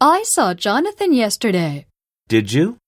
I saw Jonathan yesterday. Did you?